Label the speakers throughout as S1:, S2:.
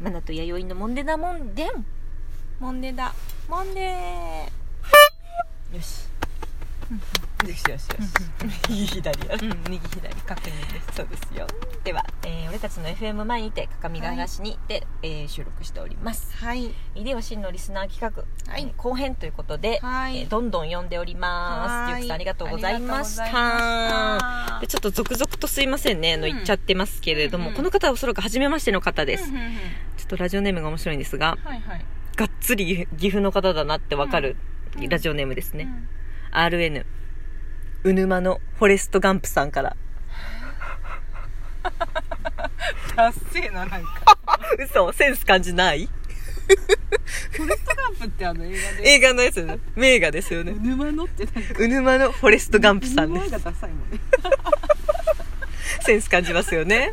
S1: マナと弥生のモンデダモンデンモンデダモンデ
S2: よしよしよしよし右左や
S1: うん右左確認です
S2: そうですよ
S1: では、えー俺たちの FM 前にて各務原市にて、えー収録しております
S2: はい
S1: 秀吉のリスナー企画、
S2: はい
S1: えー後編ということで、
S2: はい
S1: えーどんどん読んでおります
S2: は
S1: ゆ
S2: い
S1: うきさんありがとうございまし
S2: ありがとうござい
S1: た
S2: ました
S1: でちょっと続々とすいませんねあの
S2: うん
S1: 言っちゃってますけれども、
S2: うんうん
S1: この方はおそらく初めましての方です、
S2: うんうんうん
S1: ちょっとラジオネームが面白いんですが
S2: はいはい
S1: がっつり岐阜の方だなってわかる
S2: うんうん
S1: ラジオネームですね、RN うぬまのフォレストガンプさんから
S2: 達成ななんか
S1: 嘘センス感じない
S2: フォレストガンプってあの映画で
S1: 映画のやつ名画ですよね
S2: 沼のってなんか
S1: うぬまのフォレストガンプさんで
S2: 沼
S1: す
S2: がダサいもんね
S1: センス感じますよね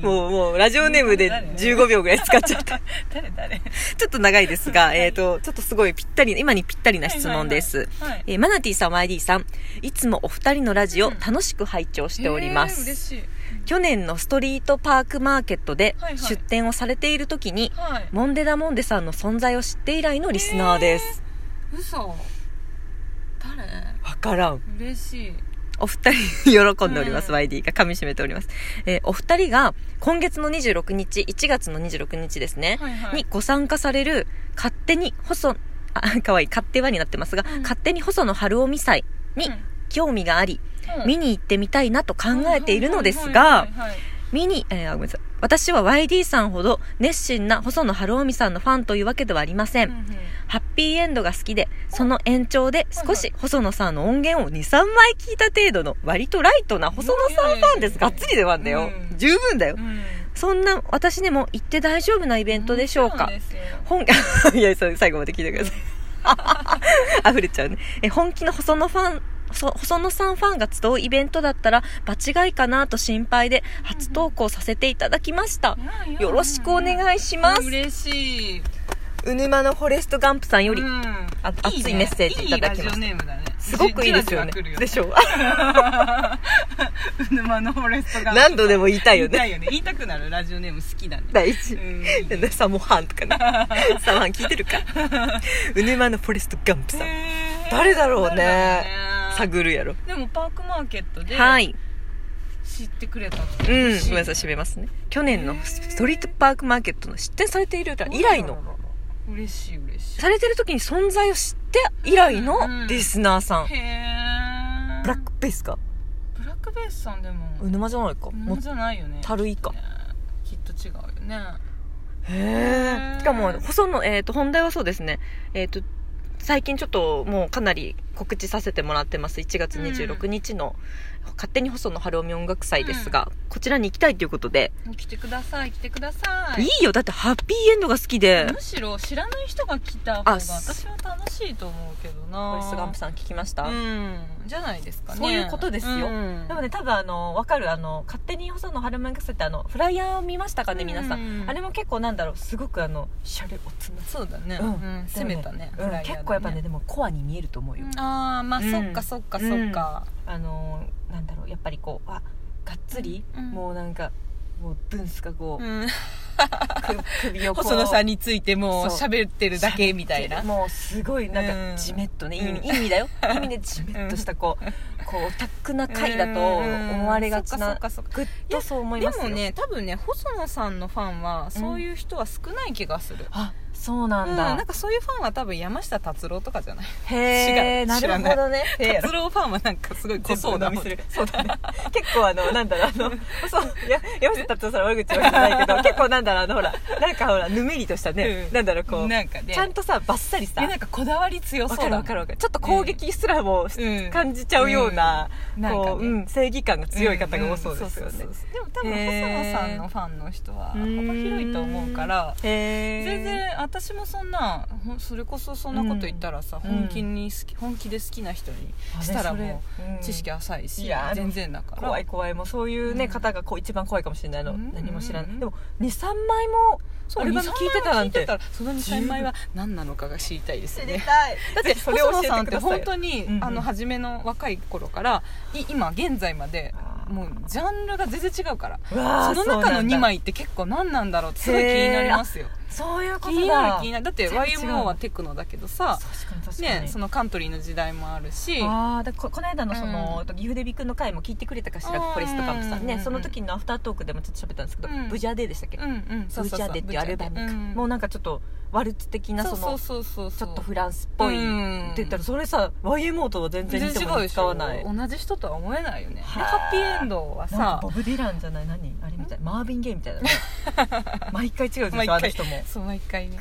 S1: もうもうラジオネームで15秒ぐらい使っちゃった
S2: 誰誰
S1: ちょっと長いですがえっとちょっとすごいぴったり今にぴったりな 質問です
S2: はい
S1: えーマナティさん YD さんいつもお二人のラジオ楽しく拝聴しておりま
S2: えー嬉
S1: す
S2: しい
S1: 去年のストリートパークマーケットで
S2: はいはい
S1: 出店をされている時に
S2: はい
S1: モンデダモンデさんの存在を知って以来のリスナーです。
S2: 嘘誰
S1: わ、からん。
S2: 嬉しい
S1: お二人喜んでおります、
S2: うん
S1: YD が噛み締めております。えーお二人が今月の26日、1月の26日ですね、
S2: はいは
S1: にご参加される勝手に細、あ、 かわいい、勝手はになってますが、
S2: うん
S1: 勝手に細野晴臣祭に興味があり、見に行ってみたいなと考えているのですが、見に、えーあごめんなさい。私は YD さんほど熱心な細野晴臣さんのファンというわけではありません。ハッピーエンドが好きで、その延長で少し細野さんの音源を2、3枚聞いた程度の割とライトな細野さんファンです。が
S2: いやいやいやいや
S1: っつりではあんだよ
S2: う。ん
S1: 十分だよ。そんな私でも行って大丈夫なイベントでしょうか本、 いや、それ最後まで聞いてください。溢れちゃうね。え、本気の細野ファン、そ細野さんファンが集うイベントだったら場違いかなと心配で初投稿させていただきました。よろしくお願いします。
S2: 嬉しい
S1: うぬまのフォレストガンプさんより
S2: うんね
S1: あ熱いメッセージいただきました
S2: いいラジオネームだね
S1: すごくいいですよね。
S2: じわじわ来る
S1: でしょう。
S2: 沼のフォレストガンプ
S1: 何度でも言いたいよ
S2: 言いた
S1: ね。
S2: いよね言いたくなるラジオネーム好きだね
S1: 大事
S2: う。ん
S1: でねサモハンと かね。サモハン聞いてるか。うぬまのフォレストガンプさん。
S2: へー
S1: 誰だろうね
S2: 誰だろうね
S1: 探るやろ。
S2: でもパークマーケットで
S1: はい。
S2: 知ってくれたって
S1: うん。
S2: 嬉
S1: ご
S2: し
S1: めんなさい、閉めますね。去年のストリートパークマーケットの出展されている以来の、
S2: 嬉しい嬉しい
S1: されてる時に存在を知って以来
S2: う
S1: の
S2: ん
S1: リスナーさん。
S2: へえ
S1: ブラックベースか。
S2: ブラックベースさんでも
S1: うぬまじゃないか。も
S2: もじゃないよね
S1: たるいか
S2: ね。きっと違うよね
S1: へえ。しかも、細野、えっ、と、本題はそうですね。えっ、と、最近ちょっともうかなり告知させてもらってます。1月26日の、勝手に細野晴臣音楽祭ですが、こちらに行きたいということで、
S2: 来てください来てください
S1: いいよだってハッピーエンドが好きで、
S2: むしろ知らない人が来た方が
S1: あ
S2: 私は楽しいと思うけど
S1: ボ
S2: な
S1: イスガンプさん聞きました、
S2: うんじゃないですかね
S1: そういうことですよ
S2: うん
S1: でもね多分あの分かるあの勝手に細野晴臣音楽祭ってあのフライヤーを見ましたかね皆さん、
S2: うん
S1: あれも結構なんだろうすごくあのシャレおつな
S2: そうだね、
S1: うん
S2: うん攻めたね,フ
S1: う
S2: ラ
S1: ん
S2: イヤーでね、
S1: 結構やっぱねでもコアに見えると思うよ、
S2: ああまあ、
S1: うん
S2: そっかそっかそっか、
S1: あのーなんだろうやっぱりこうあがっつり、
S2: うん
S1: もうなんかもうブンスがこう、
S2: うん
S1: く首をこう
S2: 細野さんについてもう
S1: そう
S2: 喋ってるだけみたいな
S1: もうすごいなん
S2: う
S1: か
S2: ん
S1: じめっとね、
S2: うん
S1: いい意味いい意味だよいい意味でじめっとしたこう、こうオタクな回だと
S2: うん
S1: 思われがちな、
S2: そっかそっかそっか
S1: ぐっとそう思い
S2: で
S1: ますよ
S2: もね多分ね細野さんのファンはそういう人は少ない気がする、
S1: あそうな
S2: うん
S1: んだ、
S2: なんかそういうファンは多分山下達郎とかじゃない
S1: へえ
S2: 違う
S1: な
S2: 知
S1: る
S2: らない
S1: ほどねへー
S2: 達郎ファンはなんかすごい濃そうな
S1: 全部飲みするそうだね結構あのなんだろうあのそういや山下達郎さんの悪口は言わないけど結構なんだろうあのほらなんかほらぬめりとしたね、
S2: うん
S1: なんだろうこう
S2: なんかね
S1: ちゃんとさバッサリさ
S2: えなんかこだわり強そ
S1: わか
S2: うだもん
S1: るわかるわかるちょっと攻撃すらも
S2: うん
S1: 感じちゃうような,、
S2: うんなんかね
S1: こううん、正義感が強い方が多そうですよ
S2: ん
S1: ね
S2: んそうそうそうでも多分
S1: へー
S2: 細野さんのファンの人は
S1: う
S2: 幅
S1: ん
S2: 広いと思うから
S1: へー
S2: 全然私もそんなほんそれこそそんなこと言ったらさ、
S1: うん
S2: 本気に好き本気で好きな人にしたらも
S1: あねそれ
S2: う知識浅い
S1: い
S2: し、
S1: やー
S2: 全然だから
S1: 怖い怖いもうそういうね、
S2: うん
S1: 方がこう一番怖いかもしれないあの、
S2: うん
S1: 何も知らない、
S2: うん
S1: でも23枚も
S2: そう
S1: アルバム
S2: 23
S1: 聞いてたなんて
S2: 枚も聞いらその23枚は何なのかが知りたいですよね
S1: たい
S2: だって
S1: それを教え
S2: 細野さん
S1: て
S2: っ
S1: くだ
S2: て
S1: さい
S2: 本当に、
S1: うんうん
S2: あの初めの若い頃からい今現在までもうジャンルが全然違うから
S1: うわ
S2: そ
S1: ー
S2: の中の
S1: うなんだ
S2: 2枚って結構何なんだろうってすごい気になりますよ
S1: そういうこ
S2: 気
S1: とだ
S2: になる気になるだって
S1: 全然違う
S2: YMO はテクノだけどさ
S1: 確かに確かに
S2: ねそのカントリーの時代もあるし
S1: ああだここの間のその、ゆうでびくんの回も聞いてくれたかしら
S2: うん
S1: ポリスとパンプさんね、
S2: うん
S1: その時のアフタートークでもちょっと喋ったんですけど「
S2: うん
S1: ブジャデ」でしたっけ「
S2: うんうんそう
S1: ブ
S2: そう
S1: ジ
S2: そう
S1: ャデ」っていうアルバムか、もう
S2: う
S1: なんかちょっとワルツ的な
S2: な
S1: そ
S2: そ
S1: の
S2: うそうそう
S1: ち
S2: そう
S1: ょっとフランスっぽい、
S2: うん
S1: って言ったらそれさ YMO とは全然
S2: 全
S1: 似て
S2: 然
S1: も
S2: 違うでし
S1: 使
S2: ょ
S1: わない
S2: 同じ人とは思えないよねで
S1: はあ
S2: ハッピーエンドは
S1: なんか
S2: さ
S1: ボブ・ディランじゃない何あれみたいなマーヴィン・ゲイみたいな ね毎回違うんです
S2: 毎
S1: よ
S2: 回
S1: あの人も
S2: そう毎回ね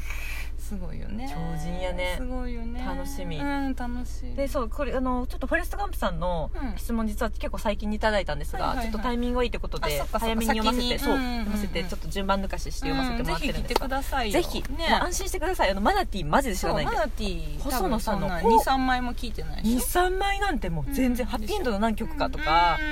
S2: すごいよね
S1: 超人やね
S2: すごいよね
S1: 楽しみ
S2: うん楽しい
S1: でそうこれあのちょっとフォレスト・ガンプさんの
S2: うん
S1: 質問実は結構最近にいただいたんですが、
S2: はいはいはい
S1: ちょっとタイミングがいいってことで
S2: あそっかそっ
S1: 早
S2: か
S1: めに読ませて
S2: 先に
S1: そう
S2: うんうんうん
S1: 読ませてちょっと順番抜かしして読ませてもらってるん
S2: うんぜ
S1: で
S2: ひ来て
S1: すが、
S2: くださいよ
S1: ぜひ
S2: ね
S1: もう安心してくださいあのマナティーマジで知ら
S2: そう
S1: ないん
S2: マ
S1: で
S2: ナティー
S1: 細野さんの
S2: 23枚も聞いてないでしょ
S1: 23枚なんてもう全然、
S2: うん
S1: ハッピーエンドの何曲かとか
S2: うん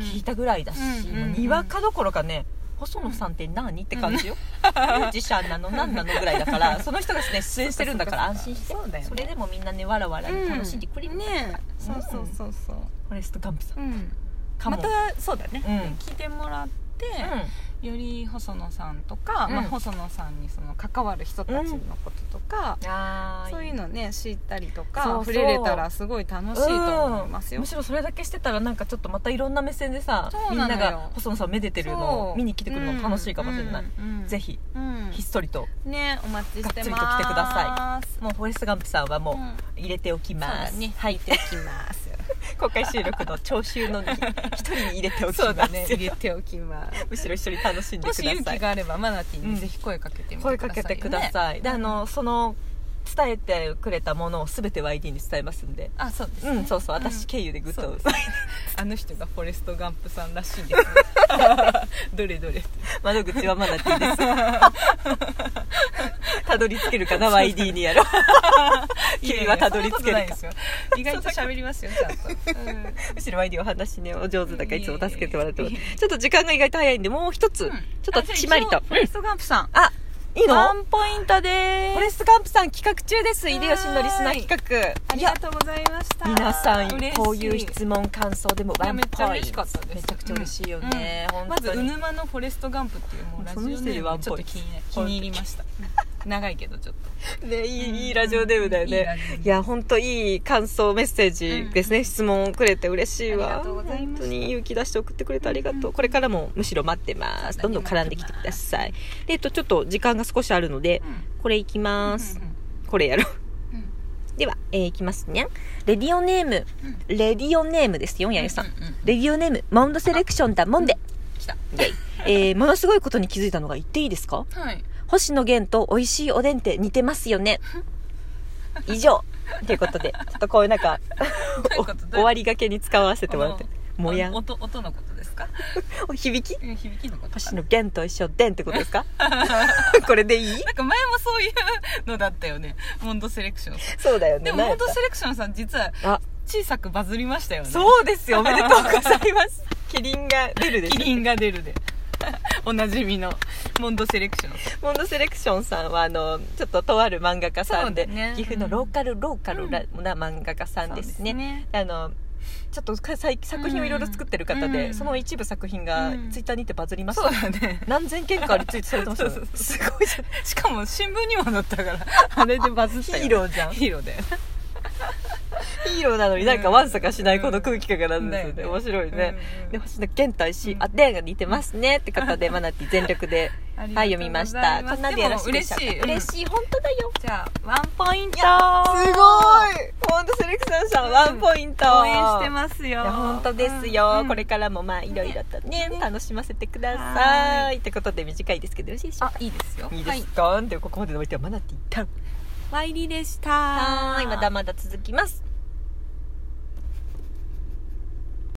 S1: 聞いたぐらいだし、
S2: うんうんうん
S1: もうにわかどころかね細野さんって何って感じよ、ミュージシャンなの何なのぐらいだ からその人がね出演してるんだから安心して
S2: そうだよね
S1: それでもみんなねわらわらに楽しんでくれる、
S2: ね
S1: う
S2: そ
S1: ん
S2: うそうそうそう
S1: フォレスト・ガンプさん
S2: うん
S1: かも
S2: またそうだね
S1: うん
S2: 聞いてもらって
S1: う
S2: より細野さんとか
S1: うん
S2: まあ細野さんにその関わる人たちのこととか
S1: ん、あー
S2: そういうのね知ったりと
S1: そうそ
S2: か
S1: う
S2: 触れれたらすごい楽しいと思いますよ
S1: むしろそれだけしてたらなんかちょっとまたいろんな目線でさ
S2: そ
S1: み
S2: うんなの
S1: な
S2: よ
S1: が細野さんをめでてるのを見に来てくるの楽しいかもしれない、ぜ
S2: ひ、
S1: ひ
S2: うん
S1: ひっそりと
S2: ねお待ちしてます
S1: がっつりと来てくだ
S2: さい
S1: もうフォレスト・ガンプさんはもう
S2: うん
S1: 入れておきます、
S2: そうだね
S1: はい
S2: 行ってきます
S1: 公開収録の聴衆のに 一人に入れておきます
S2: そうだね入れておきます
S1: むしろ一人楽しんで
S2: も
S1: くださ
S2: し
S1: い
S2: 勇気があればマナティー
S1: うん
S2: にぜひ声かけてみてください、
S1: 声かけてくだ
S2: い
S1: さい、であのその伝えてくれたものを全て YD に伝えますんで
S2: あそうです、ね
S1: うんそうそう私経由でグッ
S2: そ
S1: と、
S2: うです あの人がフォレスト・ガンプさんらし いです、ね、どれどれ
S1: 窓口はマナティー です。たどり着けるかな、YD にやろう。 君はたどり着け
S2: いや
S1: る
S2: い
S1: か
S2: や。そんなことないですよ意外と喋りますよちゃ んと、うん
S1: むしろ YD お話ね、お上手だからいつも助けてもらってま
S2: いえいえい
S1: す。ちょっと時間が意外と早いんで、もう一つ、
S2: うん
S1: ちょっとしまりと
S2: あじゃあ一応。フォレスト・ガンプさん
S1: あ、いい
S2: ワ
S1: の
S2: ンポイントで
S1: フォ
S2: ー
S1: レストガンプさん企画中です。
S2: い
S1: 秀吉のリスナー企
S2: あ
S1: 画。い
S2: り
S1: や
S2: が、とうございました
S1: 皆さん、
S2: 嬉し
S1: こういう質問、感想でもワン
S2: めっちゃ
S1: ポイン
S2: 嬉しか
S1: ト
S2: った。です
S1: めちゃくちゃ嬉しいよね。
S2: うん
S1: 本
S2: まず
S1: 当
S2: う
S1: に。
S2: ぬまのフォレスト・ガンプっていうもうラジオネ
S1: その時点で
S2: ー
S1: ワ
S2: ム
S1: ン
S2: ちょ
S1: ポ
S2: っ
S1: イ
S2: と
S1: ント
S2: 気に気に入りま した長いけどちょっと
S1: ね、い
S2: うん
S1: いいいラジオネームだよ
S2: いいラ
S1: ね
S2: ジオネー。ム
S1: いや、本当いい感想、メッセージですね。
S2: うん
S1: 質問くれて嬉しいわ。
S2: ありがとうございま
S1: 本
S2: す
S1: 当に勇気出して送ってくれてありがとう。
S2: うん
S1: これからもむしろ待ってます。ど
S2: そ
S1: ん
S2: うだね
S1: どん絡んできてください。で、えっと、ちょっと時間が少しあるので、これいきます。これやろう。では、えーいきますね。レディオネーム、レディオネームですよ、やゆさん。レディオネーム、マウンドセレクションだもんで。
S2: きた
S1: イェイえーものすごいことに気づいたのが言っていいですか
S2: はい
S1: 星野源と美味しいおでんって似てますよね以上ということでちょっとこういうなんか
S2: どういうことどういうこと
S1: 終わりがけに使わせてもらってもや
S2: あの音音のことですか
S1: 響き
S2: うん響きのことか
S1: 星
S2: な
S1: 野源と一緒でんってことです かこれでいい
S2: なんか前もそういうのだったよねモンドセレクションさん
S1: そうだよね
S2: でも
S1: なん
S2: モ
S1: や
S2: ン
S1: った
S2: ドセレクションさん実は
S1: あ
S2: 小さくバズりましたよね
S1: そうですよおめでとうございますキリンが出るでし
S2: キ
S1: ょ
S2: リンが出るで おなじみのモンドセレクションさん
S1: モンドセレクションさんはあのちょっととある漫画家さんで、
S2: そうだね
S1: 岐阜のローカルローカルな漫画家さんですねあのちょっとか最近作品をいろいろ作ってる方で、
S2: うん
S1: その一部作品が
S2: うん
S1: ツイッターにてバズりまし
S2: そう
S1: た、
S2: だね
S1: 何千件かリツイートされてましたよ
S2: そうそう
S1: すごいじゃん
S2: しかも新聞にも載ったから あれでバズったよ
S1: ヒーローじゃんヒ
S2: ヒーローだよ
S1: ーローなのになんかわんさかしないこの空気感がなんですよね、
S2: うん
S1: 面白いね、
S2: うん
S1: で星野源対し、
S2: うん
S1: あでが似てますねって方でマナティ全力で
S2: ありが
S1: はい読
S2: とうござ
S1: み
S2: い
S1: ま
S2: ます
S1: したこんなでよろしいでしょうか
S2: でも嬉しい
S1: 嬉しい本当だよ
S2: じゃあワンポイントす
S1: すごいモンドセレクションさんワンポイント、
S2: 応援してますよ
S1: いや本当ですよ、
S2: うん
S1: これからもまあいろいろとね楽しませてくだ
S2: は
S1: さ
S2: ー
S1: いってことで短いですけどよろしいでしょう
S2: あ
S1: か
S2: いいですよ
S1: いいですか、でここまでのお相手はマナティータン
S2: はいワイリーでした
S1: はーいまだまだ続きます